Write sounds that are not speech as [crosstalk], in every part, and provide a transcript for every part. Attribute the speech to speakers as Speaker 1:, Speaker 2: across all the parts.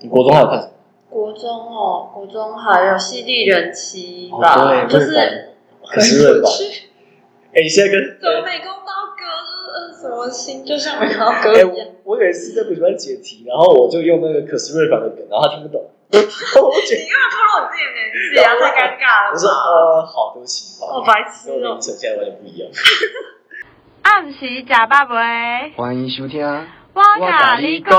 Speaker 1: 你国中还有看什么？
Speaker 2: 国中哦，国中好有《犀利人妻》
Speaker 1: 哦
Speaker 2: 吧，
Speaker 1: 对
Speaker 2: 啊就
Speaker 1: 日
Speaker 2: 是
Speaker 1: 版很湿润吧？哎、你现在跟
Speaker 2: 怎么美工刀割呃就是什么心，就像美工刀割
Speaker 1: 哎、
Speaker 2: 一样。
Speaker 1: 我我有一次在补习班解题，然后我就用那个可思瑞凡的梗，然后他听不懂，然后我就
Speaker 2: 你啊干嘛透露你自己的年纪啊？太尴尬
Speaker 1: 我说
Speaker 2: 了吧！
Speaker 1: 呃，好，对不起，
Speaker 2: 好
Speaker 1: 好，
Speaker 2: 白痴
Speaker 1: 跟我的
Speaker 2: 哦
Speaker 1: 影！响现在完全不一样。
Speaker 2: 暗时假爸爸，
Speaker 3: 欢迎收听，
Speaker 2: 我
Speaker 3: 我甲你讲，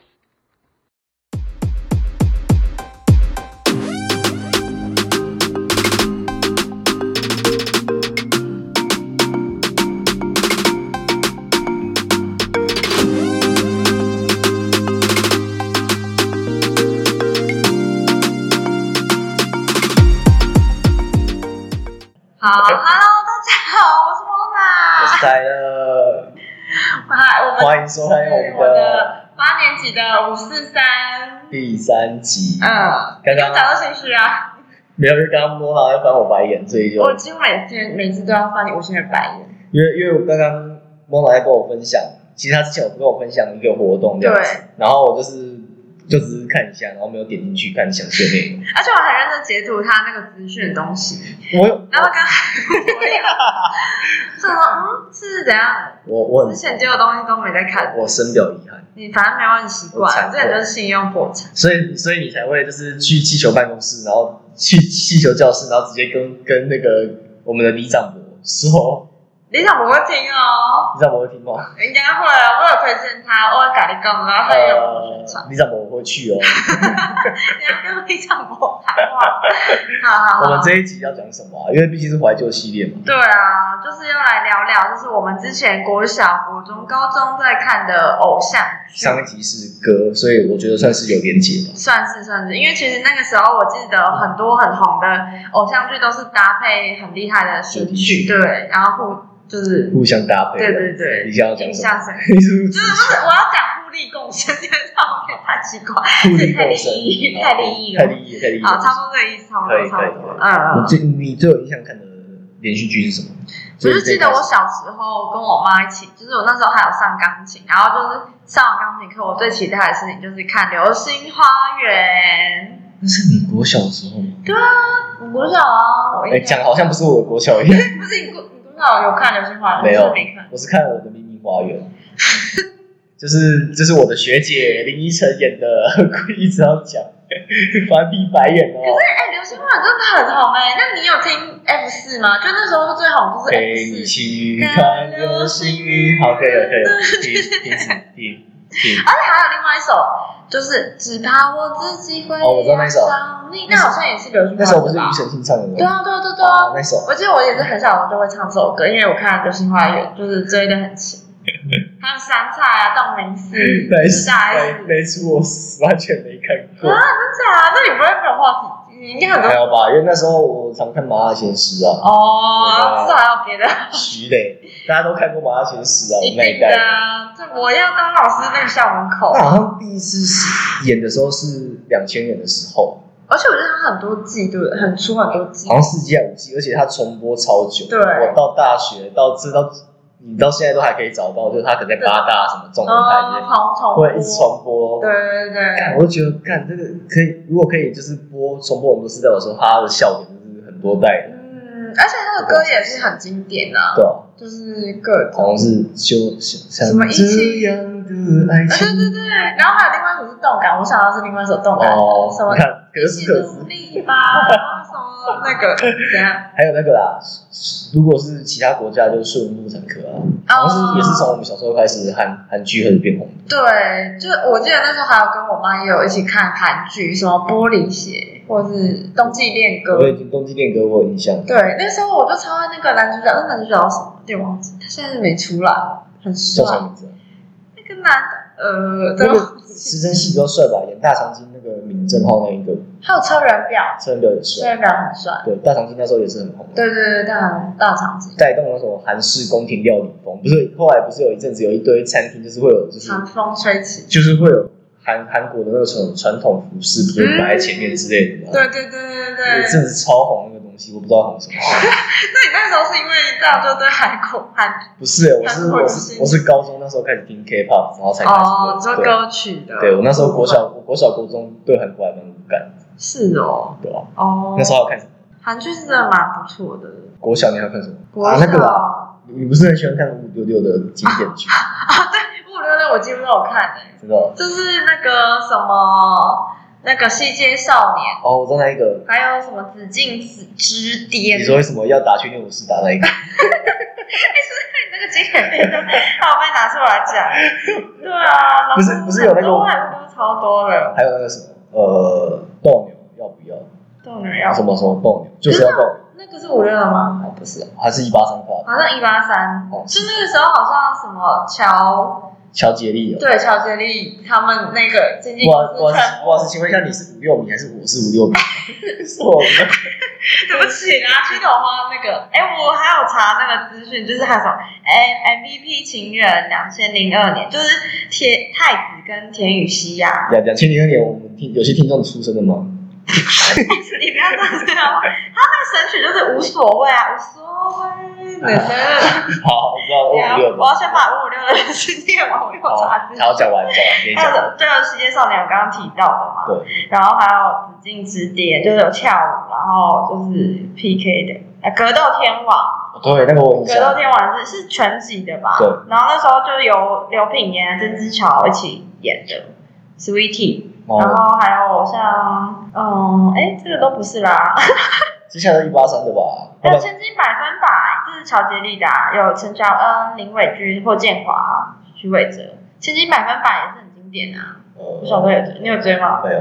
Speaker 2: 好，Hello，大家好，我是莫
Speaker 1: 我
Speaker 2: 娜。
Speaker 1: 是来了，
Speaker 2: 嗨，我们
Speaker 1: 欢迎收看我
Speaker 2: 是
Speaker 1: 们
Speaker 2: 我
Speaker 1: 的
Speaker 2: 的八年级的五四三。
Speaker 1: 第三集。
Speaker 2: 嗯，
Speaker 1: 刚
Speaker 2: 你有
Speaker 1: 刚
Speaker 2: 找到兴趣啊？
Speaker 1: 没有，因为刚刚摸他在翻我白眼，所以就
Speaker 2: 我几乎每天每次都要翻你无限的白眼。
Speaker 1: 因为因为我刚刚摸他在跟我分享，其实他之前有跟我分享一个活动这样子
Speaker 2: 对，
Speaker 1: 然后我就是就只是看一下，然后没有点进去看详细的内容。
Speaker 2: 而且我还认真截图他那个资讯的东西，
Speaker 1: 我有
Speaker 2: 然后 [laughs] 刚才我也想说，嗯，是怎样？
Speaker 1: 我我
Speaker 2: 之前接的东西都没在看，
Speaker 1: 我深表遗憾，
Speaker 2: 你反正没有很习
Speaker 1: 我
Speaker 2: 惯，
Speaker 1: 惭愧
Speaker 2: 这也就是信用破产。
Speaker 1: 所以所以你才会就是去气球办公室，然后去气球教室，然后直接跟跟那个我们的李长博说，
Speaker 2: 李长不会听哦，
Speaker 1: 李长博会听吗？
Speaker 2: 应该会，啊我有推荐他，我有改你讲，然后他也有帮我宣传。
Speaker 1: 李长博我会
Speaker 2: [laughs]
Speaker 1: 去哦。
Speaker 2: 你要跟李长博谈话，好好好。
Speaker 1: 我们这一集要讲什么啊？因为毕竟是怀旧系列嘛。
Speaker 2: 对啊，就是要来聊聊，就是我们之前国小、国中、高中在看的偶像剧，
Speaker 1: 上一集是歌，所以我觉得算是有连结吧。
Speaker 2: 算是算是，因为其实那个时候我记得很多很红的偶像剧都是搭配很厉害的神曲，对，然后互就是
Speaker 1: 互相搭配。
Speaker 2: 对对对，
Speaker 1: 你想要讲
Speaker 2: 印
Speaker 1: 什么？ [laughs]
Speaker 2: 象深刻。
Speaker 1: 你是不
Speaker 2: 就是是不是我要讲互利共生，这个有点太奇怪，
Speaker 1: 互利共生哦
Speaker 2: 太利益？太利益了
Speaker 1: 太利益了，太利益了。
Speaker 2: 好，差不多这个意思，差不
Speaker 1: 可
Speaker 2: 多
Speaker 1: 以
Speaker 2: 差
Speaker 1: 可以
Speaker 2: 不多，
Speaker 1: 可以
Speaker 2: 嗯嗯
Speaker 1: 你。最你最有印象看的连续剧是什么？
Speaker 2: 我就记得我小时候跟我妈一起，就是我那时候还有上钢琴，然后就是上完钢琴课，我最期待的事情就是看《流星花园
Speaker 1: 那是你国小的时候吗？》。
Speaker 2: 对啊，我国小啊，我
Speaker 1: 哎，
Speaker 2: 印象、
Speaker 1: 讲好像不是我的国小一
Speaker 2: [laughs]
Speaker 1: 样。
Speaker 2: 不是你国你国小有看《流星花园》？
Speaker 1: 没有
Speaker 2: 我是没看。
Speaker 1: 我是看我的秘密花园，就是就是我的学姐林依晨演的， [laughs] 一直要讲，翻屁白眼哦。
Speaker 2: 哎、流星花园》真的很红哎、那你有听 F 四吗？就那时候最红就是
Speaker 1: 陪你
Speaker 2: F 四。
Speaker 1: 去看流星
Speaker 2: [laughs]
Speaker 1: 雨，好，可以了，可以了，停停停停。
Speaker 2: 而且还有另外一首，就是只怕我自己会
Speaker 1: 哦我知道那首
Speaker 2: 爱上你那好像也是流星花园吧。
Speaker 1: 那时候不是庾澄庆唱的吗？
Speaker 2: 对啊，对啊，对啊对啊
Speaker 1: 啊，。那首
Speaker 2: 我记得我也是很小就会唱这首歌，因为我看《流星花园》就是追的很
Speaker 1: [laughs]
Speaker 2: 勤。还有山菜啊，冻龄寺、
Speaker 1: 那
Speaker 2: 四大 S，
Speaker 1: 那那出我完全没看过，
Speaker 2: 真假啊？那你不会没有话题？你应该很
Speaker 1: 还
Speaker 2: 多
Speaker 1: 好吧？因为那时候我常看《麻辣鲜师》啊，
Speaker 2: 哦，至少还有别的，
Speaker 1: 徐磊，大家都看过《麻辣鲜师》啊，我
Speaker 2: 一
Speaker 1: 们那一啊
Speaker 2: 定
Speaker 1: 代
Speaker 2: 的。啊。这我要当老师那个校门口
Speaker 1: 那，好像第一次是演的时候是两千年的时候，
Speaker 2: 而且我觉得他很多季，对不对？很出很多季
Speaker 1: 好，像四季还五季，而且它重播超久。
Speaker 2: 对
Speaker 1: 我到大学到这到你到现在都还可以找到，就是它可能在八大什
Speaker 2: 哦
Speaker 1: 么中文台之类的，
Speaker 2: 重重播
Speaker 1: 会一直重播。
Speaker 2: 对对对
Speaker 1: 干，我就觉得干这个可以，如果可以就是播重播很多次，代表说它的笑点就是很多代的，
Speaker 2: 嗯，而且他的歌也是很经典啊，
Speaker 1: 对啊，
Speaker 2: 就是各种。
Speaker 1: 好像是就像
Speaker 2: 什么
Speaker 1: 像
Speaker 2: 一起
Speaker 1: 这样的爱
Speaker 2: 啊 [laughs]
Speaker 1: 情。
Speaker 2: 对对对，然后还有另外一首是动感，我想到是另外一首动感，
Speaker 1: 哦
Speaker 2: 什，么
Speaker 1: 你看，可
Speaker 2: 一
Speaker 1: 是
Speaker 2: 起
Speaker 1: 可
Speaker 2: 努
Speaker 1: 是，
Speaker 2: 力吧，然后什么
Speaker 1: [laughs]
Speaker 2: 那个怎样？
Speaker 1: 还有那个啦，如果是其他国家，就是顺路产科
Speaker 2: 哦
Speaker 1: 啊，好像是也是从我们小时候开始韩韩剧开始变红的。
Speaker 2: 对，就我记得那时候还有跟我妈也有一起看韩剧，什么《玻璃鞋》或是《冬季恋歌
Speaker 1: 我》。已经冬季恋歌我有印象，
Speaker 2: 对，那时候我就超爱那个男主角，那男主角叫什么？有点忘记，他现在是没出来，很帅
Speaker 1: 叫。什么名字啊？
Speaker 2: 那个男的，呃，
Speaker 1: 那
Speaker 2: 对，
Speaker 1: 个池珍熙比较帅吧，演大长今那个闵正浩那一个，
Speaker 2: 还有车仁表，
Speaker 1: 车仁表也
Speaker 2: 车
Speaker 1: 帅。
Speaker 2: 仁表很帅。
Speaker 1: 对，大长今那时候也是很红的，
Speaker 2: 对对对，大大长今，
Speaker 1: 带动了什么韩式宫廷料理风。不是后来不是有一阵子有一堆餐厅就是会有就是
Speaker 2: 长风吹起。
Speaker 1: 就是会有韩韩国的那种传统服饰，不是摆在前面之类的吗？
Speaker 2: 嗯对对对对对
Speaker 1: 有一阵子超红那个东西，我不知道红什么。
Speaker 2: 那你那时候是因为这样就对韩国韩
Speaker 1: 不是，欸我是
Speaker 2: 韩国
Speaker 1: 我
Speaker 2: 明
Speaker 1: 是
Speaker 2: 星
Speaker 1: 我是高中那时候开始听 K-pop，然后才开始
Speaker 2: 哦，你说
Speaker 1: 对
Speaker 2: 歌曲的，
Speaker 1: 对我那时候国小，我国小国中对韩国还蛮无感，
Speaker 2: 是哦，
Speaker 1: 对吧？
Speaker 2: 哦
Speaker 1: 那，时候还有看什么？
Speaker 2: 韩剧是真的蛮不错的，
Speaker 1: 国小你还有看什么？
Speaker 2: 国
Speaker 1: 啊，
Speaker 2: 小 [laughs] 啊
Speaker 1: 那个吧，你不是很喜欢看五五六六的经典剧，
Speaker 2: 五六六我几乎都有看诶，
Speaker 1: 知道？
Speaker 2: 就是那个什么那个西街少年，
Speaker 1: 哦，我知道那一个，
Speaker 2: 还有什么紫禁之之巅， [laughs]
Speaker 1: 你说为什么要打去练武士打那一个？
Speaker 2: 那个经典片段，还有被拿出来
Speaker 1: [laughs]
Speaker 2: 讲，对啊，然后
Speaker 1: 不是不是有那个
Speaker 2: 很多外国都超多了，
Speaker 1: 还有那个什么，呃，斗牛要不要？
Speaker 2: 斗牛要
Speaker 1: 什么什么斗牛，就是要斗牛，
Speaker 2: 啊那个是五六的吗？哦，不是，
Speaker 1: 还是一八三八？
Speaker 2: 好像一八三
Speaker 1: 哦，
Speaker 2: 就那个时候好像什么乔，
Speaker 1: 乔杰利哦。
Speaker 2: 对乔杰利他们那个经纪
Speaker 1: 我
Speaker 2: 公
Speaker 1: 我
Speaker 2: 司成，
Speaker 1: 我是请问一下，你是五六米还是我是五六
Speaker 2: [laughs]
Speaker 1: 米？是我们的
Speaker 2: 对不起啦，七朵花那个，哎，我还有查那个资讯，就是还有什么 M MVP 情人两千零二年，就是田太子跟田雨希啊呀，
Speaker 1: 两两千零二年，我们听有些听众出生的吗？ [laughs]
Speaker 2: 你不要这样子哦，他那个神曲就是无所谓啊，无所谓，对对对，
Speaker 1: 好，我知道五
Speaker 2: 对啊
Speaker 1: 五六
Speaker 2: 我要
Speaker 1: 吧。哦
Speaker 2: 先把五五六的事念完，我又
Speaker 1: 好，
Speaker 2: 查资讯。
Speaker 1: 好，讲完讲完，给你
Speaker 2: 还
Speaker 1: 讲。
Speaker 2: 有对了，世界少年我刚刚提到的嘛，
Speaker 1: 对，
Speaker 2: 然后还有紫禁之巅，就是有跳舞，然后就是 PK 的，呃，格斗天王，
Speaker 1: 对，那个我有印
Speaker 2: 格斗
Speaker 1: 象。
Speaker 2: 天王是是全集的吧？
Speaker 1: 对
Speaker 2: 然后那时候就由刘品言、啊曾之乔一起演的 Sweetie，、然
Speaker 1: 哦，
Speaker 2: 后还有像嗯，哎，这个都不是啦，
Speaker 1: 接下来一八三的吧？
Speaker 2: 还
Speaker 1: 要不然
Speaker 2: 有千金百分百，这是乔杰利的、啊，有陈乔恩、林伟君、霍建华、徐伟哲，千金百分百也是很经典啊。我
Speaker 1: 呃，
Speaker 2: 小时候有追，你有追吗？ [laughs]
Speaker 1: 没有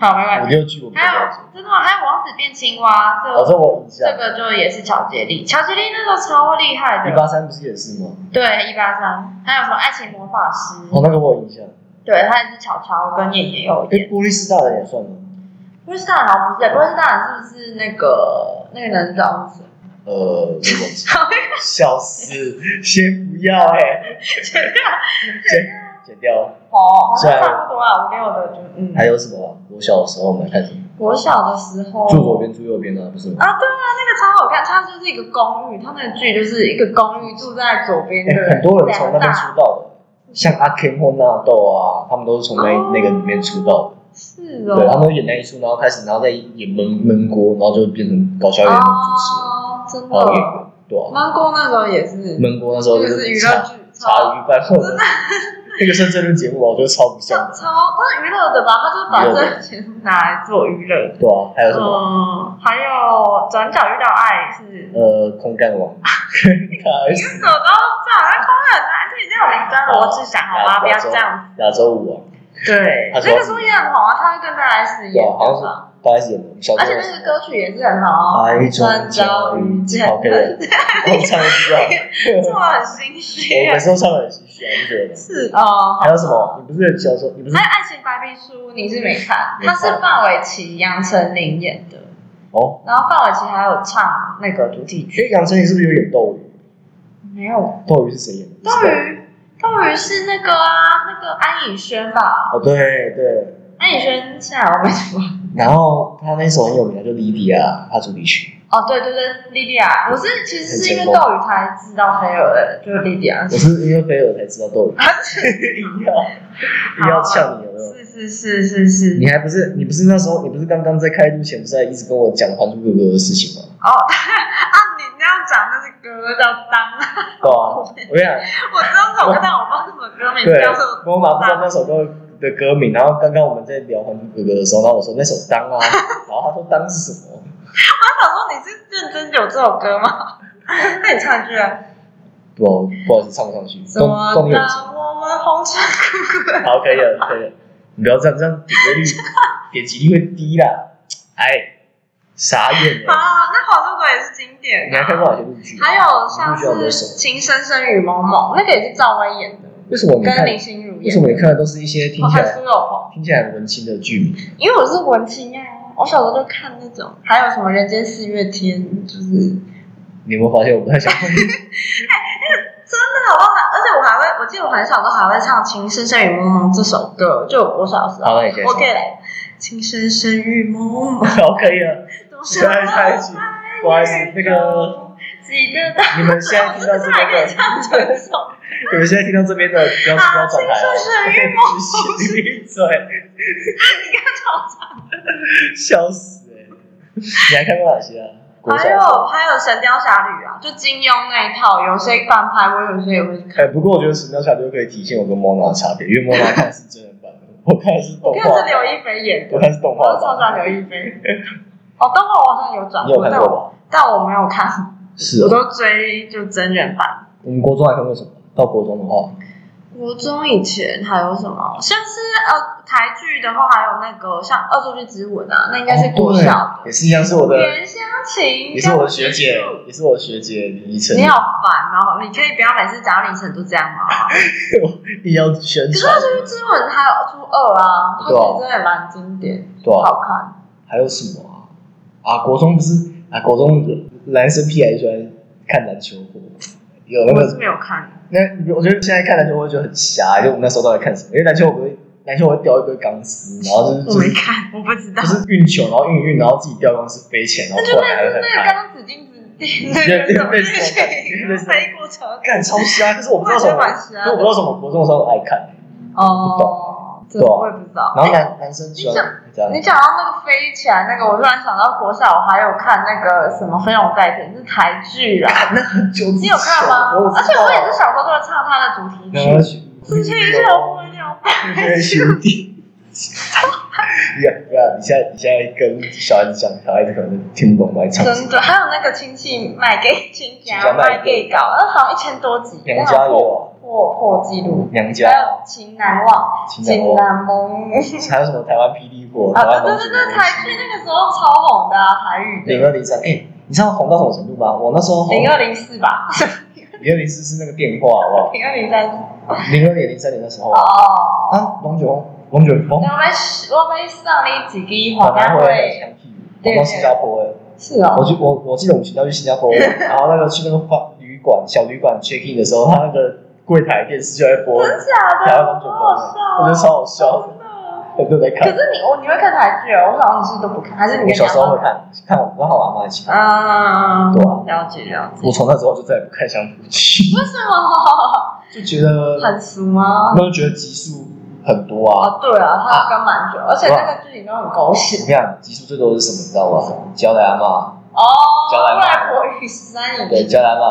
Speaker 2: 好，没关
Speaker 1: 五
Speaker 2: 系。
Speaker 1: 六句我不知
Speaker 2: 还有
Speaker 1: 道。
Speaker 2: 真的吗还有王子变青蛙，这
Speaker 1: 哦，
Speaker 2: 个、
Speaker 1: 这我有印
Speaker 2: 这
Speaker 1: 象。
Speaker 2: 个就也是乔杰利，乔杰利那时候超厉害
Speaker 1: 一
Speaker 2: 的，
Speaker 1: 八三不是也是吗？
Speaker 2: 对，一八三，还有什么爱情魔法师，
Speaker 1: 哦，那个我有印象。
Speaker 2: 对，他也是乔乔跟演员有
Speaker 1: 哎
Speaker 2: 演，。
Speaker 1: 波利斯大人也算吗？
Speaker 2: 不是大人好像不是，不是大人是不是那个那个男的叫什么？
Speaker 1: 呃，我忘记了 [laughs] 笑死，先不要哎，剪剪掉。
Speaker 2: 哦，好像差不多啊，五六的就嗯。
Speaker 1: 还有什么啊？我小的时候我们看什么？
Speaker 2: 我小的时候，
Speaker 1: 住左边住右边的，不是吗？
Speaker 2: 啊，对啊，那个超好看，它就是一个公寓，它那个剧就是一个公寓住在左边的、
Speaker 1: 欸很多人从那边出
Speaker 2: 两大
Speaker 1: 道的，像阿 Ken 或纳豆啊，他们都是从那
Speaker 2: 哦
Speaker 1: 那个里面出道的。
Speaker 2: 是哦，
Speaker 1: 对，他们都演那一出，然后开始，然后再演闷闷锅，然后就变成搞笑演员主持人，
Speaker 2: 哦，真
Speaker 1: 然后演员
Speaker 2: 的。，
Speaker 1: 对啊。
Speaker 2: 芒果那时候也是，
Speaker 1: 闷锅那时候
Speaker 2: 就是是娱乐
Speaker 1: 茶
Speaker 2: 剧
Speaker 1: 茶余饭后的，那个是政论节目啊，我觉得超不像
Speaker 2: 超
Speaker 1: 的，
Speaker 2: [laughs] 超，它是娱乐的吧？它就是把
Speaker 1: 娱乐的
Speaker 2: 这钱拿来做娱乐。
Speaker 1: 对啊。还有什么？
Speaker 2: 嗯，还有转角遇到爱是，
Speaker 1: 呃，空干
Speaker 2: [laughs]
Speaker 1: 王，他
Speaker 2: 你们怎么都这好像空很难听，这样我们跟 [laughs] 罗志祥好
Speaker 1: 啊
Speaker 2: 吗？不要这样。
Speaker 1: 亚洲啊舞王，
Speaker 2: 对，
Speaker 1: 他
Speaker 2: 那
Speaker 1: 说
Speaker 2: 个时候也很红啊，他跟大 S
Speaker 1: 对
Speaker 2: 演
Speaker 1: 啊，好像
Speaker 2: 的
Speaker 1: 是
Speaker 2: 吧。
Speaker 1: 大 S 演的，我们小时
Speaker 2: 而
Speaker 1: 候有
Speaker 2: 且那
Speaker 1: 什
Speaker 2: 个
Speaker 1: 么
Speaker 2: 歌曲也是很啊好，
Speaker 1: 爱转
Speaker 2: 转
Speaker 1: 角
Speaker 2: 角
Speaker 1: 遇
Speaker 2: 遇
Speaker 1: 见
Speaker 2: [laughs]
Speaker 1: [laughs]
Speaker 2: 见，
Speaker 1: 好可以了我唱一下，
Speaker 2: 这么很心虚
Speaker 1: 我。每次都唱的很心虚，你不觉得吗？
Speaker 2: 是哦，
Speaker 1: 还有什么？你不是小时候，你不是
Speaker 2: 还有《爱情白皮书》，你是没看？
Speaker 1: 没
Speaker 2: 它
Speaker 1: 看
Speaker 2: 是范玮琪、杨丞琳演的，
Speaker 1: 哦？
Speaker 2: 然后范玮琪还有唱那个主题
Speaker 1: 因为
Speaker 2: 曲。
Speaker 1: 杨丞琳是不是有演斗鱼？
Speaker 2: 没有，
Speaker 1: 斗鱼是谁演的？
Speaker 2: 斗鱼，斗鱼是那个啊，那个安以轩吧？
Speaker 1: 哦，对对。
Speaker 2: 安以轩现在好像没什么。
Speaker 1: 然后他那首很有名的就《莉迪亚》，他主题曲。
Speaker 2: 哦，对对对，莉莉娅，我是其实是因为
Speaker 1: 很成
Speaker 2: 斗
Speaker 1: 功
Speaker 2: 鱼才知道菲儿的，就是莉莉娅
Speaker 1: 我。是因为飞儿才知道斗鱼，硬要硬要呛你有没有？
Speaker 2: [laughs] 是是是是是
Speaker 1: 你。还不是你不是那时候你不是刚刚在开录前不是还一直跟我讲《还珠格格》的事情吗？
Speaker 2: 哦， [laughs] 啊，你那样讲那是歌叫《当》，
Speaker 1: 对啊，我跟你讲，
Speaker 2: 我知道这首歌，但我不知道这首歌名
Speaker 1: 对
Speaker 2: 叫什么。，
Speaker 1: 我马不知道那首歌的歌名。然后刚刚我们在聊《还珠格格》的时候，然后我说那首《当》
Speaker 2: [laughs]
Speaker 1: 啊，然后他说《当》是什么？
Speaker 2: 我想说你是认真有这首歌吗？ [laughs] 那你唱一句啊，
Speaker 1: 不好不好意思，唱不上去，
Speaker 2: 什
Speaker 1: 动
Speaker 2: 么
Speaker 1: 动力有限。
Speaker 2: 让我们红尘滚滚。
Speaker 1: 好，可以了，可以了，你不要这样，这样点阅率
Speaker 2: [laughs]
Speaker 1: 点击率会低啦。哎，傻眼
Speaker 2: 好，
Speaker 1: 了，
Speaker 2: 那好，这个也是经典
Speaker 1: 你还
Speaker 2: 的。
Speaker 1: 看过哪些日剧？
Speaker 2: 还有像
Speaker 1: 你不需要多
Speaker 2: 是
Speaker 1: 说
Speaker 2: 《情深深雨蒙蒙》，那个也是赵薇演的，
Speaker 1: 为什么你看
Speaker 2: 跟？林心如
Speaker 1: 为什么
Speaker 2: 演
Speaker 1: 你
Speaker 2: 的。
Speaker 1: 看的都是一些听
Speaker 2: 我
Speaker 1: 起
Speaker 2: 还
Speaker 1: 来
Speaker 2: 苏有朋，
Speaker 1: 听起来很文青的剧名？
Speaker 2: 因为我是文青啊，我小时候就看那种，还有什么《人间四月天》，就是
Speaker 1: 你有没有发现我不太想
Speaker 2: [laughs]
Speaker 1: 问你？
Speaker 2: 真的，我还而且我还会，我记得我很小都还会唱《情深深雨蒙蒙》这首歌，就我小时候。
Speaker 1: 好，那你先
Speaker 2: 我
Speaker 1: 说。
Speaker 2: 可以来，情深深雨蒙蒙，
Speaker 1: 好，可以了。
Speaker 2: 都是我
Speaker 1: 下一
Speaker 2: 爱
Speaker 1: 集不好意思，那个
Speaker 2: 记得到。
Speaker 1: 你们现在听到这边
Speaker 2: 我
Speaker 1: 的
Speaker 2: 真的还没唱这首。
Speaker 1: [laughs] 你们现在听到这边的，不要不要转台哦。
Speaker 2: 啊青春是欲望
Speaker 1: 闭嘴，
Speaker 2: 啊你刚吵啥？
Speaker 1: [laughs] 笑死哎、你还看过哪些啊？国
Speaker 2: 还有
Speaker 1: 小。
Speaker 2: 还有《神雕侠侣》啊，就金庸那一套，有些翻拍，我有些也会看。
Speaker 1: 哎、不过我觉得《神雕侠侣》可以体现我跟 Mona 的差别，因为 Mona 看的是真人版的，我看的是动
Speaker 2: 我看
Speaker 1: 画
Speaker 2: 是刘亦菲演的
Speaker 1: 我，看的是动
Speaker 2: 我
Speaker 1: 画
Speaker 2: 是超喜
Speaker 1: 版。
Speaker 2: 欢刘亦菲。哦，动画我好像有转
Speaker 1: 你有看
Speaker 2: 但
Speaker 1: 过
Speaker 2: 我
Speaker 1: 吧？
Speaker 2: 但我没有看，
Speaker 1: 是
Speaker 2: 我
Speaker 1: 哦。
Speaker 2: 都追就真人版。
Speaker 1: 我们国中还看过什么？到国中的话，
Speaker 2: 国中以前还有什么？像是呃台剧的话，还有那个像《恶作剧之吻》啊，那应该是国
Speaker 1: 哦
Speaker 2: 小
Speaker 1: 对也是一样，是我
Speaker 2: 的。
Speaker 1: 的，
Speaker 2: 袁湘琴，
Speaker 1: 也是我的学姐，也是我的学姐林依晨 [laughs]
Speaker 2: 你，好烦哦！你可以不要每次讲到凌晨都这样吗？
Speaker 1: 一定要宣
Speaker 2: 可是《
Speaker 1: 传
Speaker 2: 恶，作剧之吻》还有初二啊，它
Speaker 1: 对啊
Speaker 2: 觉得真的也蛮经典，
Speaker 1: 对啊，
Speaker 2: 好看。
Speaker 1: 还有什么啊？啊，国中不是啊，国中男生屁孩喜欢看篮球，有那
Speaker 2: 我
Speaker 1: 个
Speaker 2: 是没有看，
Speaker 1: 那我觉得现在看篮球会觉得很瞎，就我们那时候到底看什么？因为篮球我会篮球我会掉一堆钢丝，然后就是
Speaker 2: 我
Speaker 1: 就
Speaker 2: 没
Speaker 1: 是
Speaker 2: 看，我不知道
Speaker 1: 就。是运球，然后运一运，然后自己掉钢丝飞起来，然后
Speaker 2: 那
Speaker 1: 过
Speaker 2: 就
Speaker 1: 来还会
Speaker 2: 类似
Speaker 1: 很
Speaker 2: 那个
Speaker 1: 嗨，
Speaker 2: 刚指定指定那个什么
Speaker 1: 类
Speaker 2: 剧
Speaker 1: 似类似类似
Speaker 2: 情飞过车
Speaker 1: 干超瞎。可是我不知道什么，
Speaker 2: 我也觉得蛮瞎的
Speaker 1: 可是我不知道什么国中的时候爱看，
Speaker 2: 哦，这
Speaker 1: 对啊
Speaker 2: 我也不知道。
Speaker 1: 然后男男生喜欢这样
Speaker 2: 你，讲到那个飞起来那个，我突然想到国小我还有看那个什么《飞龙在天》，是台剧啦。
Speaker 1: 啊，那很久之前
Speaker 2: 你有看吗？
Speaker 1: 我
Speaker 2: 而且我也是小时候都会唱它的主题
Speaker 1: 然后
Speaker 2: 曲，
Speaker 1: 去
Speaker 2: 失去就不了 [laughs] 白。
Speaker 1: 兄弟。 [laughs] 你看，对啊，你现在你现在跟小孩子讲，小孩子可能听不懂我在唱什
Speaker 2: 真
Speaker 1: 么。
Speaker 2: 的，还有那个亲戚卖
Speaker 1: [laughs]
Speaker 2: 给亲
Speaker 1: 亲家
Speaker 2: 家
Speaker 1: 卖
Speaker 2: 卖
Speaker 1: 给
Speaker 2: 给搞，那好像一千多集，
Speaker 1: 娘家也有啊，
Speaker 2: 破破纪录。
Speaker 1: 娘
Speaker 2: 还
Speaker 1: 家
Speaker 2: 有情难忘，
Speaker 1: 情难
Speaker 2: 情
Speaker 1: 忘
Speaker 2: 难梦。
Speaker 1: 还有什么台湾霹雳火、台
Speaker 2: 啊，
Speaker 1: 湾
Speaker 2: 对
Speaker 1: 龙
Speaker 2: 对
Speaker 1: 卷
Speaker 2: 对，
Speaker 1: 风
Speaker 2: 对，台剧那个时候超红的啊，台语
Speaker 1: 零
Speaker 2: 的，
Speaker 1: 二零三，哎，你知道红到什么程度吗？我那时候红
Speaker 2: 零二零四吧，
Speaker 1: 零二零四是那个电话，好不好？
Speaker 2: 零二 [laughs] 零三四。
Speaker 1: 零二年、零三年的时候啊，
Speaker 2: 哦。
Speaker 1: 龙卷风，龙卷风，
Speaker 2: 我们是我们上你自己
Speaker 1: 好
Speaker 2: 好像
Speaker 1: 像会
Speaker 2: 会
Speaker 1: 香屁股，跑到新加坡哎。
Speaker 2: 是哦
Speaker 1: 我，去我我记得我们学校去新加
Speaker 2: [laughs]
Speaker 1: 坡，哎然后那个去那个饭旅馆小旅馆 check in 的时候，他那个柜台电视就在播
Speaker 2: 真假
Speaker 1: 台
Speaker 2: 的，
Speaker 1: 湾龙卷
Speaker 2: 好
Speaker 1: 风，我
Speaker 2: 好笑哦，
Speaker 1: 觉得超好笑，
Speaker 2: 真的。
Speaker 1: 很多人在
Speaker 2: 可
Speaker 1: 看。
Speaker 2: 是你我你会看台剧哦，我好像你是都不看，还是你
Speaker 1: 我
Speaker 2: 跟
Speaker 1: 小时候会
Speaker 2: 你
Speaker 1: 看，看我跟我阿妈一起看。
Speaker 2: 阿妈？嗯，
Speaker 1: 对啊
Speaker 2: 了解了解。
Speaker 1: 我从那之后就再也不看乡土剧，
Speaker 2: 为什么
Speaker 1: 就觉得
Speaker 2: 很俗吗？
Speaker 1: 那就觉得集数很多啊。
Speaker 2: 哦，对啊，他要跟蛮久，而且那个剧情都很狗
Speaker 1: 我
Speaker 2: 血
Speaker 1: 跟你讲，集数最多的是什么，你知道吗？交代阿妈，
Speaker 2: 哦。
Speaker 1: 加莱
Speaker 2: 后
Speaker 1: 曼
Speaker 2: 来我与十三姨
Speaker 1: 对，交代阿妈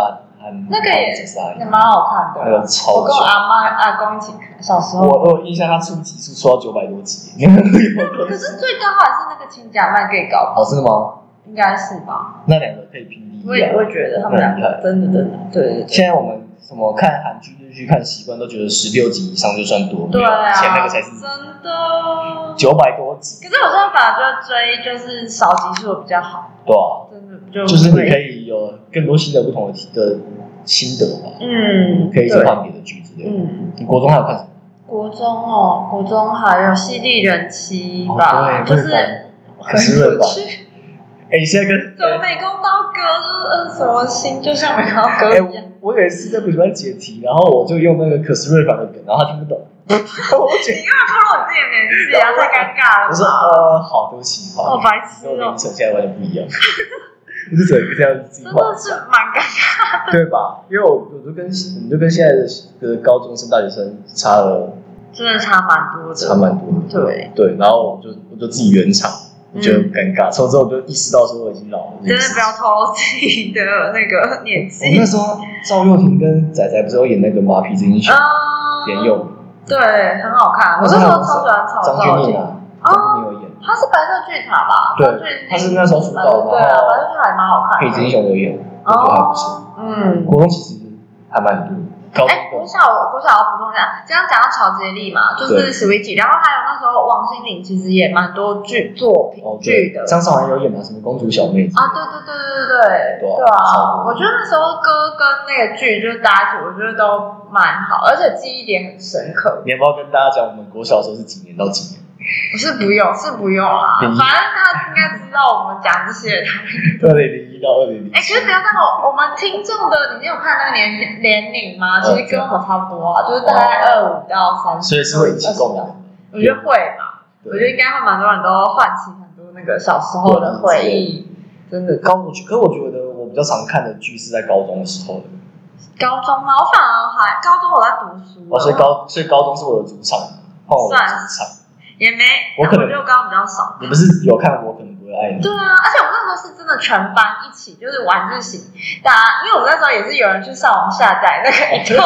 Speaker 1: 和
Speaker 2: 那个也
Speaker 1: 那
Speaker 2: 也蛮好看的，
Speaker 1: 个超
Speaker 2: 我跟
Speaker 1: 久
Speaker 2: 我。阿妈阿公一起看，小时候。
Speaker 1: 我我有印象，他出集数出到九百多集， [laughs] 哦，
Speaker 2: 可是最高还是那个亲家卖给搞吧，
Speaker 1: 真的哦吗？
Speaker 2: 应该是吧？
Speaker 1: 那两个可以拼第
Speaker 2: 我
Speaker 1: 一
Speaker 2: 也我
Speaker 1: 啊！
Speaker 2: 也觉得他们两个真的真的对对对。
Speaker 1: 现在我们什么看韩剧、日剧看习惯，都觉得十六集以上就算多，
Speaker 2: 对啊，
Speaker 1: 以前那个才是
Speaker 2: 真的。
Speaker 1: 九百多集，
Speaker 2: 可是我现在反而就追就是少集数的比较好，
Speaker 1: 对啊，
Speaker 2: 真的就
Speaker 1: 就是你可
Speaker 2: 以
Speaker 1: 以有更多新的、不同的的心得吧，
Speaker 2: 嗯
Speaker 1: 可以去
Speaker 2: 对
Speaker 1: 看别的剧之类的。
Speaker 2: 嗯。
Speaker 1: 你国中还有看什么？
Speaker 2: 国中哦，国中还有《犀利人妻》吧，
Speaker 1: 哦
Speaker 2: 啊就
Speaker 1: 对，
Speaker 2: 是
Speaker 1: 日版，还是日版。
Speaker 2: 去
Speaker 1: 哎，你现在跟
Speaker 2: [laughs] 怎么美工刀割就是呃什么心，就像美工刀
Speaker 1: [laughs]
Speaker 2: 割
Speaker 1: 哎、
Speaker 2: 一样。
Speaker 1: 我我有一次在补习班解题，然后我就用那个可思瑞凡的梗，然后他听不
Speaker 2: [laughs]
Speaker 1: 懂，我
Speaker 2: 你
Speaker 1: 解，
Speaker 2: 干嘛透露我自己的年纪啊？太尴尬
Speaker 1: 我说
Speaker 2: 了吧！
Speaker 1: 呃，好，对不起，
Speaker 2: 好
Speaker 1: 好，
Speaker 2: 白痴
Speaker 1: 跟我
Speaker 2: 哦
Speaker 1: 凌。晨现在完全不一
Speaker 2: [laughs]
Speaker 1: 样，我就整个这样子自己
Speaker 2: 真
Speaker 1: 画
Speaker 2: 的，是蛮尴尬。
Speaker 1: 对吧？因为我我就跟你就跟现在的的高中生、大学生差了
Speaker 2: 真的差蛮多的。
Speaker 1: 差蛮多的，
Speaker 2: 对，嗯
Speaker 1: 对，然后我就我就自己圆场，我觉得很尴尬，从此我就意识到说我已经老了，
Speaker 2: 真的不要透露自己的那个年纪
Speaker 1: 我。那时候赵又廷跟仔仔不是有演那个《马屁精英雄》
Speaker 2: 嗯，
Speaker 1: 演有名，
Speaker 2: 对，很好看。我那时候超喜欢曹
Speaker 1: 张
Speaker 2: 昭
Speaker 1: 钧甯
Speaker 2: 婷。
Speaker 1: 啊，张钧甯有演。
Speaker 2: 他是白色巨塔吧？
Speaker 1: 对
Speaker 2: 白色
Speaker 1: 他是
Speaker 2: 巨塔
Speaker 1: 那时候出道的
Speaker 2: 对啊
Speaker 1: 然，后
Speaker 2: 白色巨塔还蛮好看的。
Speaker 1: 配置英雄有演，我觉得还不错。
Speaker 2: 哦，嗯。
Speaker 1: 国中其实还蛮多，高中
Speaker 2: 哎，国
Speaker 1: 更
Speaker 2: 小我国小要补充一下，刚刚讲到乔杰利嘛，就
Speaker 1: 对
Speaker 2: 是 Switch，然后还有那时候王心凌其实也蛮多剧作品
Speaker 1: 哦
Speaker 2: 剧
Speaker 1: 对
Speaker 2: 的，，
Speaker 1: 张韶涵有演嘛，什么公主小妹子
Speaker 2: 啊，对对对对
Speaker 1: 对
Speaker 2: 对
Speaker 1: 啊
Speaker 2: 对对
Speaker 1: 差不
Speaker 2: 啊！
Speaker 1: 多
Speaker 2: 我觉得那时候歌跟那个剧就是搭起，我觉得都蛮好，而且记忆点很深刻。
Speaker 1: 你要不要跟大家讲我们国小的时候是几年到几年？
Speaker 2: [laughs] 不是不用，是不用啦，
Speaker 1: 嗯
Speaker 2: 反正他应该知道我们讲这些。
Speaker 1: 二零零一到二零零
Speaker 2: 哎，可是不要这样，我我们听众的，你有看那个年年龄
Speaker 1: 哦
Speaker 2: 吗？其实跟我们差不多啊，就是大概二五到三十，
Speaker 1: 所以是会引起共鸣。
Speaker 2: 我觉得会吧，我觉得应该会蛮多人都唤起很多那个小时候的回忆。
Speaker 1: 真的高中剧，可我觉得我比较常看的剧是在高中的时候的，
Speaker 2: 高中吗？我反而还高中我在读书，
Speaker 1: 哦，所以高所以高中是我的主场，换我的
Speaker 2: 算
Speaker 1: 主场。
Speaker 2: 也没，哎
Speaker 1: 我可能嗯
Speaker 2: 就高中比较少。
Speaker 1: 你不是有看我可能不会爱你
Speaker 2: 对啊，而且我那时候是真的全班一起，就是晚自习大家，因为我们那时候也是有人去上网下载那个
Speaker 1: 哦
Speaker 2: 一套，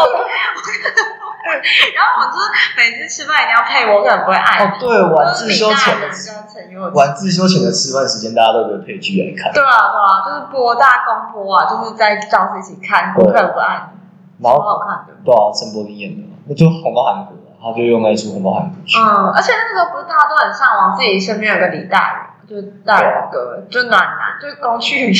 Speaker 2: [laughs] 然后我就是每次吃饭一定要配我可能不会爱
Speaker 1: 哦
Speaker 2: 你，，
Speaker 1: 对，晚自修
Speaker 2: 就是
Speaker 1: 前
Speaker 2: 李
Speaker 1: 的
Speaker 2: 大人跟陈佑
Speaker 1: 晚自修前的吃饭时间，大家都有个配剧来看。
Speaker 2: 对啊对啊，就是播大家公播啊，就是在教室一起看，
Speaker 1: 对
Speaker 2: 我可能不爱你，
Speaker 1: 然
Speaker 2: 好
Speaker 1: 后
Speaker 2: 好看的。
Speaker 1: 对啊，陈柏霖演的嘛，那就红到韩国了，他就用那一出红到韩国去。
Speaker 2: 嗯，而且那时候不是大家都很向往自己身边有个李大人，就是大人
Speaker 1: 啊
Speaker 2: 哥，就暖男，就是工具人。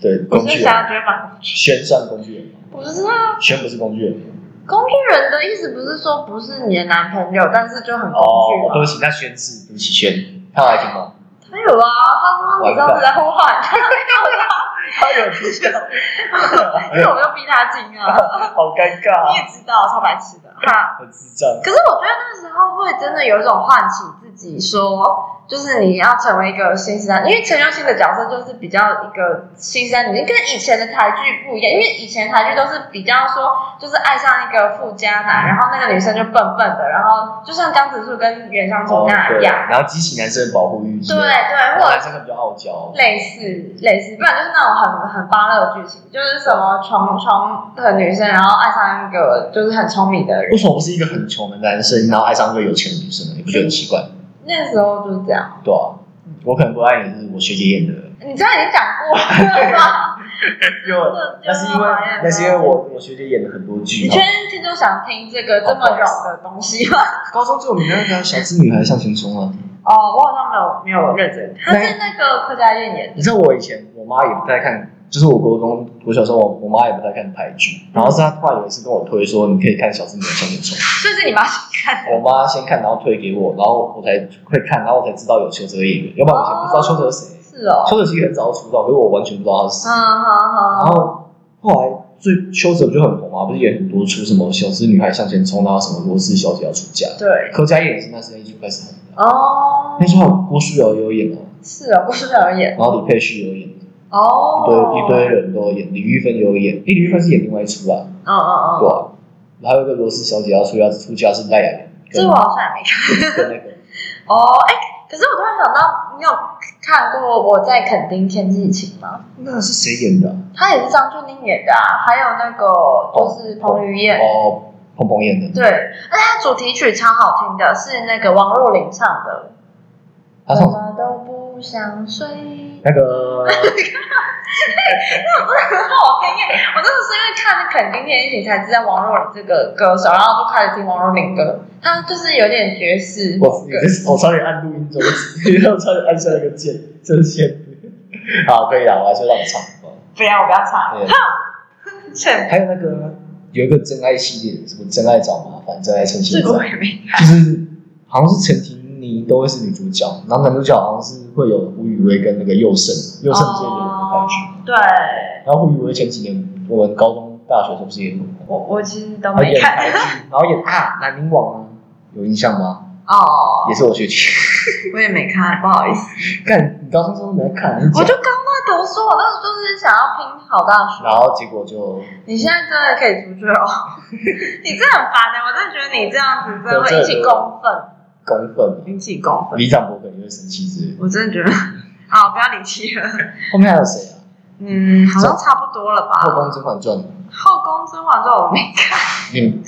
Speaker 1: 对，
Speaker 2: 我
Speaker 1: 工
Speaker 2: 是
Speaker 1: 具
Speaker 2: 想
Speaker 1: 人，
Speaker 2: 要觉得蛮，
Speaker 1: 宣算工具人嘛，
Speaker 2: 不是啊，
Speaker 1: 宣不是工具人吗
Speaker 2: 工具人的意思不是说不是你的男朋友，但是就很工
Speaker 1: 哦，
Speaker 2: 具
Speaker 1: 对
Speaker 2: 嘛。
Speaker 1: 不起，那宣是，对不起宣，他有来听吗？
Speaker 2: 他有啊，他说你上次在呼唤，
Speaker 1: 他有听到，
Speaker 2: [laughs] 因为我就逼他进
Speaker 1: [laughs]
Speaker 2: 啊，
Speaker 1: 好尴
Speaker 2: 你
Speaker 1: 尬，
Speaker 2: 也知道超白痴
Speaker 1: [laughs]
Speaker 2: 的哈。
Speaker 1: 很智障。
Speaker 2: 可是我觉得那时候会真的有一种唤起自己说，哦就是你要成为一个新时代，因为陈秀欣的角色就是比较一个新时代女性，跟以前的台剧不一样，因为以前台剧都是比较说就是爱上一个富家男，然后那个女生就笨笨的，然后就像江直树跟袁湘
Speaker 1: 哦
Speaker 2: 琴那
Speaker 1: 对，
Speaker 2: 样，
Speaker 1: 然后激起男生的保护欲之
Speaker 2: 对
Speaker 1: 类的，
Speaker 2: 对，
Speaker 1: 然
Speaker 2: 或
Speaker 1: 后
Speaker 2: 者
Speaker 1: 男生可能比较傲娇，
Speaker 2: 类似类似，不然就是那种很很芭乐的剧情，就是什么穷穷的女生，然后爱上一个就是很聪明的人
Speaker 1: 为，什么不是一个很穷的男生，然后爱上一个有钱的女生呢？你不觉得很奇怪？
Speaker 2: 那时候就是这样。
Speaker 1: 对啊，我可能不爱你，是我学姐演的。
Speaker 2: 你这已经讲
Speaker 1: [laughs]
Speaker 2: 过了吧？
Speaker 1: 有，那是因为那是因为我我学姐演了很多剧啊
Speaker 2: 你确。定听众想听这个
Speaker 1: 哦
Speaker 2: 这么软的东西吗？ [laughs]
Speaker 1: 高中最有名的那个小资女孩向前冲啊！
Speaker 2: 哦，我好像没有没有认真，他是那个柯佳燕 [laughs] 演的。
Speaker 1: 你知道我以前我妈也不太看，就是我国中我小时候我我妈也不太看台剧，然后是她突然有一次跟我推说你可以看小资女孩向前冲，
Speaker 2: 这是你妈去看的。
Speaker 1: 我妈先看然后推给我，然后我才会看，然后我才知道有邱泽演员，要不然我以前不知道邱泽是谁。
Speaker 2: 是哦。
Speaker 1: 邱泽其实很早就出道，可是我完全不知道他是谁
Speaker 2: 嗯。好
Speaker 1: 然
Speaker 2: 好。
Speaker 1: 后后来最邱泽就很红嘛，不是演很多出什么《小资女孩向前冲》，然后什么《罗氏小姐要出嫁》，
Speaker 2: 对。
Speaker 1: 柯佳嬿也是那时间一出开始红的。
Speaker 2: 哦
Speaker 1: 那。时候还有郭书瑶也有演哦，
Speaker 2: 是哦，郭书瑶演。
Speaker 1: 然后李佩旭也有演，一
Speaker 2: 哦。
Speaker 1: 堆一堆。人都有演，李玉芬也有演，诶，李玉芬是演另外一出啊，
Speaker 2: 嗯嗯
Speaker 1: 对
Speaker 2: 嗯。
Speaker 1: 啊。还有一个罗氏小姐要出嫁出嫁是赖雅妍
Speaker 2: 这
Speaker 1: 跟
Speaker 2: 我好像也没看。
Speaker 1: 跟那
Speaker 2: [laughs]
Speaker 1: 个
Speaker 2: 哦，哎，可是我突然想到，你有看过《我在垦丁天气晴》吗？
Speaker 1: 那是谁演的啊？
Speaker 2: 他也是张钧甯演的啊，还有那个就是彭于晏，
Speaker 1: 哦，彭彭演的，
Speaker 2: 对，而且他主题曲超好听的，是那个王若琳唱的。
Speaker 1: 他
Speaker 2: 啊什
Speaker 1: 唱
Speaker 2: 么都不想睡。 [laughs]
Speaker 1: 那个
Speaker 2: 好听耶！我那时候是因为看《肯定天气》才知道王若琳这个歌手，然后就开始听王若琳歌。她就是有点爵士
Speaker 1: 我
Speaker 2: [laughs] 风
Speaker 1: 你
Speaker 2: 格。
Speaker 1: 这我差点按录音 [laughs] 终止，然后差点按下那个键，真羡慕。好，可以了，我还是会让你唱。
Speaker 2: 不要，我不要唱。
Speaker 1: 对
Speaker 2: 趁 [laughs]
Speaker 1: 还有那个有一个真爱系列，什么真爱找麻烦，真爱趁现
Speaker 2: 这
Speaker 1: 在，
Speaker 2: 个我
Speaker 1: 就
Speaker 2: 也没
Speaker 1: 是好像是陈婷妮都会是女主角，然后男主角好像是会有胡宇威跟那个佑胜，佑胜之前也有台剧，
Speaker 2: 哦对，
Speaker 1: 然后胡宇威前几年我们高中大学时候不是也有，
Speaker 2: 我我其实都
Speaker 1: 然后
Speaker 2: 没
Speaker 1: 演
Speaker 2: 看。
Speaker 1: 台剧，然后演啊南宁王啊，有印象吗？
Speaker 2: [laughs] 哦
Speaker 1: 也，是我学姐， [laughs]
Speaker 2: 我也没看，不好意思。
Speaker 1: 看你高中生都没看，你
Speaker 2: 我
Speaker 1: 讲
Speaker 2: 就刚在读书，我那时候就是想要拼好大学。
Speaker 1: 然后结果就
Speaker 2: 你现在真的可以出去 [laughs] 哦，你真的很烦的、欸我真的觉得你这样子真的会引起公愤，
Speaker 1: 公愤嘛，
Speaker 2: 引起公愤。
Speaker 1: 李长博肯定会生气之类的。
Speaker 2: 我真的觉得， [laughs] 好，不要理气了。
Speaker 1: 后面还有谁啊？
Speaker 2: 嗯，好像差不多了吧。
Speaker 1: 后宫甄嬛传，
Speaker 2: 后宫甄嬛传我没看。
Speaker 1: 你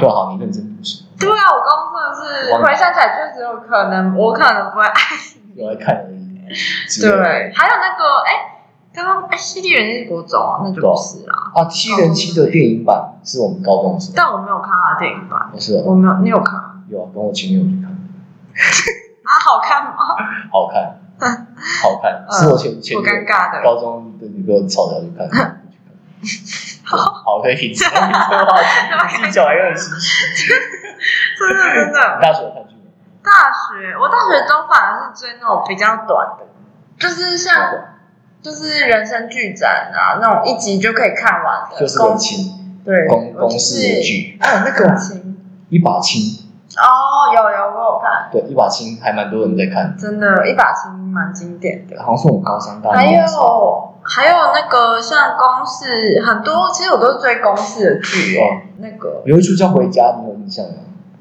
Speaker 1: 对好，你认真读书，
Speaker 2: 对啊，我高中真的是
Speaker 1: 忘了
Speaker 2: 回想起来，就只有可能我可能不会爱你。
Speaker 1: 有来看而已。之类的
Speaker 2: 对，还有那个哎。刚刚哎，犀利人是国中啊，那就不是啦。
Speaker 1: 啊，七人七的电影版是我们高中的时候，
Speaker 2: 但我没有看他的电影版，
Speaker 1: 不是哦
Speaker 2: 我没有，你有看啊？
Speaker 1: 有啊，跟我前女友去看，
Speaker 2: 好看吗？
Speaker 1: 好看，
Speaker 2: [laughs]
Speaker 1: 好看，是我前前
Speaker 2: 嗯我
Speaker 1: 女友
Speaker 2: 尴尬的。
Speaker 1: 高中的女朋友吵架去
Speaker 2: [laughs]
Speaker 1: 看，好可以停止， [laughs] 自己讲还有点心虚。
Speaker 2: [laughs] 真的真的，
Speaker 1: 大学有看剧吗？
Speaker 2: 大学我大学都反而是追那种比较短的，就是像就是人生剧展啊那种一集就可以看完的，
Speaker 1: 就是
Speaker 2: 公
Speaker 1: 文青
Speaker 2: 对
Speaker 1: 公
Speaker 2: 我
Speaker 1: 公
Speaker 2: 就
Speaker 1: 式的啊
Speaker 2: 是
Speaker 1: 剧，还有那个
Speaker 2: 公
Speaker 1: 啊
Speaker 2: 青
Speaker 1: 一把青，
Speaker 2: 哦，哦，有有我有看，
Speaker 1: 对，一把青还蛮多人在看，
Speaker 2: 真的，一把青蛮经典的。
Speaker 1: 好像是我们高三大一
Speaker 2: 还
Speaker 1: 的时候
Speaker 2: 有还有那个像公式，很多其实我都是追公式的剧
Speaker 1: 哦
Speaker 2: 哦。那个
Speaker 1: 有一出叫《回家》，你有印象吗？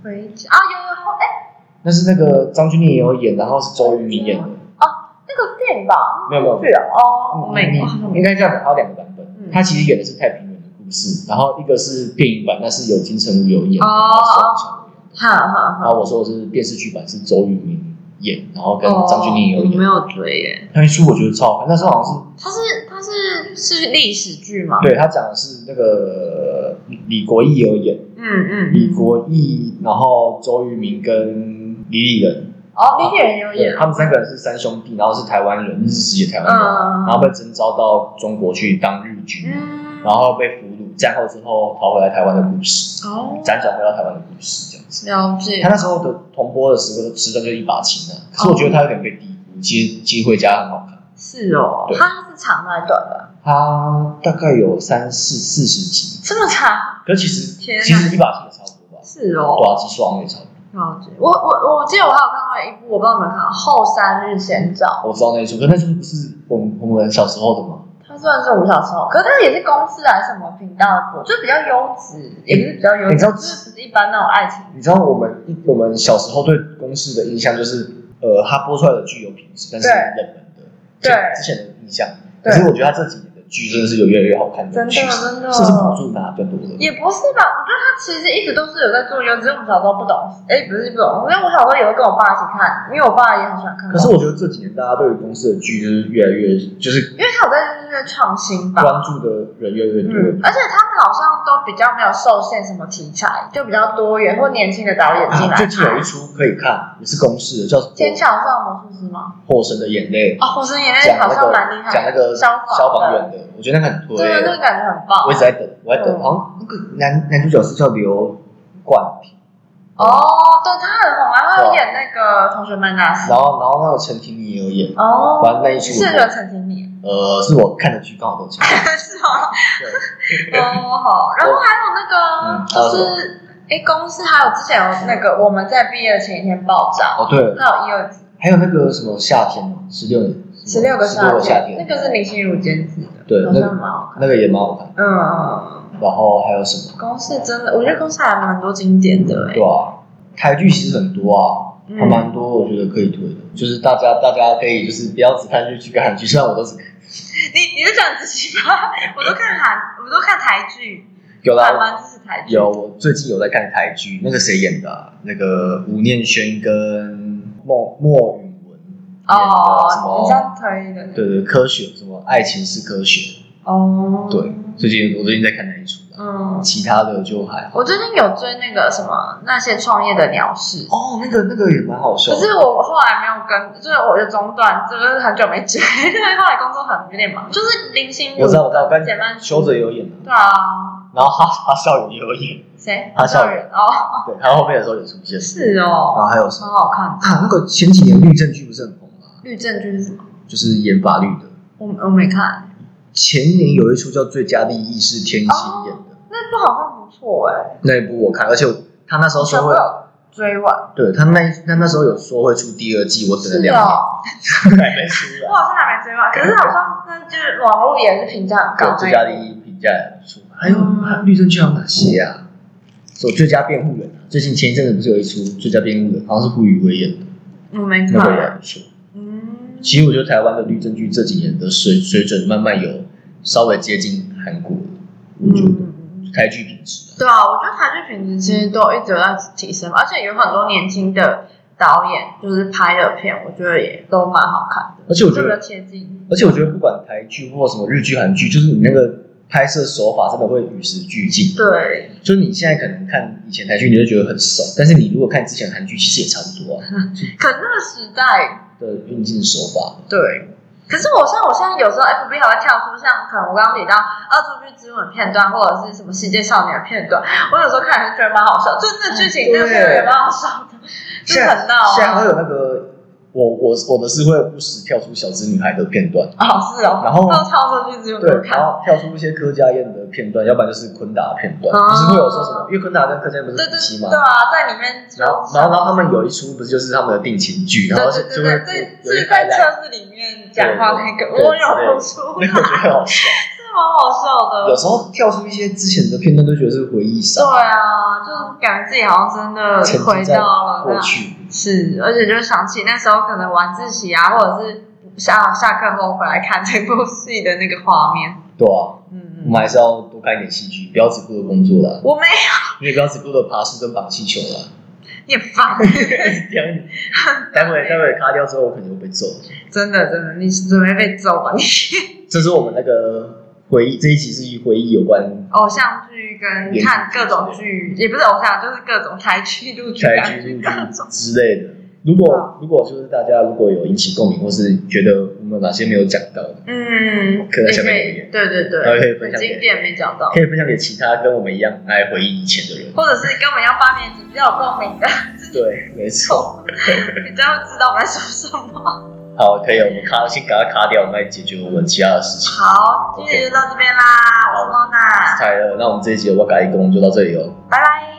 Speaker 2: 回家啊，有有有哎，
Speaker 1: 那是那个张钧甯也有演，然后是周渝民演的，
Speaker 2: 那个是电影吧？
Speaker 1: 没有没有
Speaker 2: 是哦，我没
Speaker 1: 你
Speaker 2: 看
Speaker 1: 你应该这样讲，它有两个版本
Speaker 2: 嗯，
Speaker 1: 它其实演的是太平洋的故事，然后一个是电影版，那是有金城武有演，
Speaker 2: 哦
Speaker 1: 然后宋乔演
Speaker 2: 哈哈
Speaker 1: 然后
Speaker 2: 哈。
Speaker 1: 我说的是电视剧版是周渝民演，然后跟张钧甯也有
Speaker 2: 哦我
Speaker 1: 演，
Speaker 2: 没有追耶。
Speaker 1: 那一出我觉得超好看，那时候好像是
Speaker 2: 它是它是是历史剧吗？
Speaker 1: 对他讲的是那个李国义也有演，
Speaker 2: 嗯，嗯嗯。
Speaker 1: 李国义，然后周渝民跟李李仁，
Speaker 2: 哦，李雪人有
Speaker 1: 对
Speaker 2: 演。
Speaker 1: 他们三个人是三兄弟，然后是台湾人，日籍的台湾人，
Speaker 2: 嗯。
Speaker 1: 然后被征召到中国去当日军，
Speaker 2: 嗯。
Speaker 1: 然后被俘虏，战后之后逃回来台湾的故事，
Speaker 2: 哦，
Speaker 1: 辗转回到台湾的故事这样子。
Speaker 2: 嗯了解
Speaker 1: 他。那时候的重播的时刻时段就是一把琴啊，可是我觉得他有点被低估，其实《机会家》很好看，
Speaker 2: 是哦
Speaker 1: 对，
Speaker 2: 它是长的还是短的？
Speaker 1: 他大概有三四四十集，
Speaker 2: 这么
Speaker 1: [laughs]
Speaker 2: 长？
Speaker 1: 可是其实
Speaker 2: 天哪
Speaker 1: 其实一把琴也差不多吧，
Speaker 2: 是
Speaker 1: 对
Speaker 2: 哦，
Speaker 1: 啊，技术好像也差不多。
Speaker 2: 了解。我我我记得我还有看过一部，我不知道你们有没有看过《后三日前兆
Speaker 1: 啊我知道那一出，可那出不是我们我们小时候的吗？》，
Speaker 2: 它虽然是我们小时候，可是它也是公司还是什么频道播，就是比较优质，也不是比较优质，
Speaker 1: 你知道
Speaker 2: 就是不是一般那种爱情。
Speaker 1: 你知道我们一我们小时候对公式的印象就是，呃，它播出来的剧有品质，但是冷
Speaker 2: 对
Speaker 1: 门的，
Speaker 2: 对
Speaker 1: 之前的印象。可
Speaker 2: 对
Speaker 1: 是我觉得它这几年的剧真的是有越来越好看
Speaker 2: 真的
Speaker 1: 趋势，
Speaker 2: 真的
Speaker 1: 是不是补助拿更多的？
Speaker 2: 也不是吧，我觉得他其实一直都是有在做优质，只是我们小时候不懂。哎，不是不懂，因为我小时候也会跟我爸一起看，因为我爸也很喜欢看。
Speaker 1: 可是我觉得这几年大家对于公式的剧就是越来越就是
Speaker 2: 因为他有在就是创新吧，
Speaker 1: 关注的人越来越多。
Speaker 2: 嗯，而且他们好像都比较没有受限什么题材，就比较多元或年轻的导演进来
Speaker 1: 啊最近有一
Speaker 2: 拍。
Speaker 1: 出可以看，也是公式的，叫做
Speaker 2: 天
Speaker 1: 《
Speaker 2: 桥上的魔术师吗？
Speaker 1: 火神的眼泪》，
Speaker 2: 哦，火神眼泪
Speaker 1: 讲那
Speaker 2: 好像
Speaker 1: 个
Speaker 2: 蛮厉害的，
Speaker 1: 讲那个
Speaker 2: 消
Speaker 1: 消防
Speaker 2: 的，
Speaker 1: 员的，我觉得那个很推。
Speaker 2: 对，那个感觉很棒
Speaker 1: 我一。直在等，我在等，
Speaker 2: 嗯
Speaker 1: 好像那个男男主角是叫刘冠廷，
Speaker 2: 哦，对，他很红啊，他有演那个《同学麦娜丝》
Speaker 1: 然后然后那个陈婷妮也有演，
Speaker 2: 哦，
Speaker 1: 完那一出
Speaker 2: 是不是有陈婷妮，
Speaker 1: 呃，是我看的剧刚好都这样，
Speaker 2: 是吗？
Speaker 1: 对，
Speaker 2: 哦，好，然后还有那个
Speaker 1: 嗯
Speaker 2: 就是，哎，公司还有之前有那个我们在毕业的前一天爆炸，
Speaker 1: 哦对，
Speaker 2: 还有一二集
Speaker 1: 还有那个什么夏天嘛，十六年，
Speaker 2: 十六
Speaker 1: 16
Speaker 2: 个夏
Speaker 1: 个夏
Speaker 2: 天，那
Speaker 1: 天，
Speaker 2: 个是林心如监制的，
Speaker 1: 对
Speaker 2: 好
Speaker 1: 那
Speaker 2: 像蛮好看。
Speaker 1: 那个也蛮好看，
Speaker 2: 嗯，
Speaker 1: 然后还有什么，
Speaker 2: 公式真的，我觉得公式还蛮多经典的哎、
Speaker 1: 对啊，台剧其实很多啊。
Speaker 2: 嗯
Speaker 1: 还蛮多，我觉得可以推的，就是大家大家可以就是不要只看日剧跟韩剧，虽然我都是
Speaker 2: 你你就讲自己吧， [laughs] 我都看韩，我都看台剧，
Speaker 1: 有
Speaker 2: 我还
Speaker 1: 啦，
Speaker 2: 蛮支持台剧。
Speaker 1: 啊有我最近有在看台剧，那个谁演的啊、那个吴念轩跟莫莫允文演的什
Speaker 2: 哦，你这
Speaker 1: 么
Speaker 2: 样推的。
Speaker 1: 对对科学什么爱情是科学，
Speaker 2: 哦，
Speaker 1: 对，最近我最近在看那一出的，
Speaker 2: 嗯，
Speaker 1: 其他的就还好。
Speaker 2: 我最近有追那个什么那些创业的鸟事。
Speaker 1: 哦，那个那个也蛮好笑
Speaker 2: 可
Speaker 1: 的，
Speaker 2: 是我后来没有跟，就是我就中断，就是很久没追， [laughs] 因为后来工作很有点忙，就是林心如
Speaker 1: 我知道我知道，跟
Speaker 2: 简曼
Speaker 1: 修者有演啊，
Speaker 2: 对啊，
Speaker 1: 然后哈哈笑也有演，
Speaker 2: 谁？
Speaker 1: 他笑
Speaker 2: 人哦，
Speaker 1: 对，他后面的时候也出现，
Speaker 2: 是
Speaker 1: 然后
Speaker 2: 哦，
Speaker 1: 还有什
Speaker 2: 超
Speaker 1: 么
Speaker 2: 好看。
Speaker 1: 啊？那个前几年律政剧不是很红吗？
Speaker 2: 律政剧是什么？
Speaker 1: 就是演法律的。
Speaker 2: 我我没看，
Speaker 1: 前年有一出叫《最佳利益是天心》演的，
Speaker 2: 那部好像不错哎、
Speaker 1: 那一部我看，而且我他那时候
Speaker 2: 全
Speaker 1: 说
Speaker 2: 部
Speaker 1: 会，
Speaker 2: 有追完。
Speaker 1: 对他那他那时候有说会出第二季，我等了
Speaker 2: 是
Speaker 1: 两年
Speaker 2: 哦，
Speaker 1: 还没啊出
Speaker 2: 我。好像还没追完，可是好像那就是网络也是评价很高
Speaker 1: 对，。最佳第
Speaker 2: 益。
Speaker 1: 一评价也不错。还有
Speaker 2: 嗯
Speaker 1: 还有律政剧还有哪些啊？有最佳辩护人啊，最近前一阵子不是有一出最佳辩护人，好像是胡宇威演的，
Speaker 2: 我没
Speaker 1: 那个也还
Speaker 2: 看。
Speaker 1: 不错。
Speaker 2: 嗯，
Speaker 1: 其实我觉得台湾的律政剧这几年的水水准慢慢有稍微接近韩国了，我觉得
Speaker 2: 嗯
Speaker 1: 台剧品质啊。
Speaker 2: 对啊，我觉得台剧品质其实都一直有在提升，而且有很多年轻的导演就是拍的片，我觉得也都蛮好看的，
Speaker 1: 而且我觉
Speaker 2: 就比
Speaker 1: 得
Speaker 2: 较贴近。
Speaker 1: 而且我觉得不管台剧或什么日剧、韩剧，就是你那个拍摄手法真的会与时俱进。
Speaker 2: 对，
Speaker 1: 就是你现在可能看以前台剧，你就觉得很熟，但是你如果看之前韩剧，其实也差不多
Speaker 2: 嗯
Speaker 1: 啊
Speaker 2: 可能那个时代
Speaker 1: 的运镜手法。
Speaker 2: 对。可是我像我现在有时候 FB 还会跳出像可能我刚刚提到恶作剧之吻片段或者是什么世界少年的片段，我有时候看还是觉得蛮好笑，就是那剧情真的是也蛮好笑的，就是很闹、啊。
Speaker 1: 现在还会有那个我我我的是会不时跳出小资女孩的片段，
Speaker 2: 哦，是哦，
Speaker 1: 然后
Speaker 2: 到超车去只有
Speaker 1: 对
Speaker 2: 多，看
Speaker 1: 然，后跳出一些柯佳燕的片段，要不然就是昆达的片段，
Speaker 2: 哦
Speaker 1: 就是会有说什么，因为昆达跟柯佳燕不是
Speaker 2: 对对
Speaker 1: 夫妻嘛
Speaker 2: 对，啊，在里面就
Speaker 1: 然后然后然后他们有一出不是就是他们的定情剧，
Speaker 2: 对
Speaker 1: 然后是
Speaker 2: 对
Speaker 1: 就
Speaker 2: 对
Speaker 1: 会
Speaker 2: 对，
Speaker 1: 有有
Speaker 2: 是
Speaker 1: 一
Speaker 2: 在
Speaker 1: 排在，
Speaker 2: 车子里面讲话那
Speaker 1: 对
Speaker 2: 个，
Speaker 1: 对
Speaker 2: 我有
Speaker 1: [laughs] 对
Speaker 2: 出
Speaker 1: 那个我觉得
Speaker 2: 来，
Speaker 1: 很好笑，
Speaker 2: 是蛮好笑的。
Speaker 1: 有时候跳出一些之前的片段，都觉得是回忆杀，
Speaker 2: 对啊，就是感觉自己好像真的
Speaker 1: 沉
Speaker 2: 回
Speaker 1: 浸在
Speaker 2: 到了啊
Speaker 1: 过
Speaker 2: 那
Speaker 1: 去，
Speaker 2: 是，而且就想起那时候可能晚自习啊，或者是下下课后回来看这部戏的那个画面。
Speaker 1: 对啊，
Speaker 2: 嗯
Speaker 1: 我们还是要多看一点戏剧，不要只顾着工作啦，
Speaker 2: 我没有，
Speaker 1: 你也不要只顾着爬树跟绑气球啦。
Speaker 2: 你很烦， [laughs]
Speaker 1: 这样，待会待会卡掉之后，我可能会被揍。
Speaker 2: 真的真的，你准备被揍吧你？ [laughs]
Speaker 1: 这是我们那个回忆这一集是与回忆有关
Speaker 2: 偶像剧跟看各种剧，也不是偶像，就是各种台剧、陆剧、
Speaker 1: 台
Speaker 2: 港
Speaker 1: 剧、
Speaker 2: 剧
Speaker 1: 日
Speaker 2: 各
Speaker 1: 剧
Speaker 2: 种。
Speaker 1: 之类的。如果如果就是大家如果有引起共鸣，或是觉得我们哪些没有讲到的，
Speaker 2: 嗯，
Speaker 1: 可以在
Speaker 2: 也
Speaker 1: 下
Speaker 2: 可
Speaker 1: 面留
Speaker 2: 以，
Speaker 1: 言
Speaker 2: 对对
Speaker 1: 然后可以
Speaker 2: 对，
Speaker 1: 分
Speaker 2: 很
Speaker 1: 享给
Speaker 2: 经典没讲到，
Speaker 1: 可以分享给其他跟我们一样很爱回忆以前
Speaker 2: [laughs]
Speaker 1: 的人。
Speaker 2: 或者是跟我们要八年级比较有共
Speaker 1: [laughs]
Speaker 2: 鸣的，
Speaker 1: 对，没错。
Speaker 2: 比较知道我们在说什么。
Speaker 1: 好，可以，我们卡先赶快卡掉，我们来解决我们其他的事情。
Speaker 2: 好，今天就到这边啦，我是 Mona，
Speaker 1: 太了，那我们这一集的我改一工就到这里哦。
Speaker 2: 拜拜。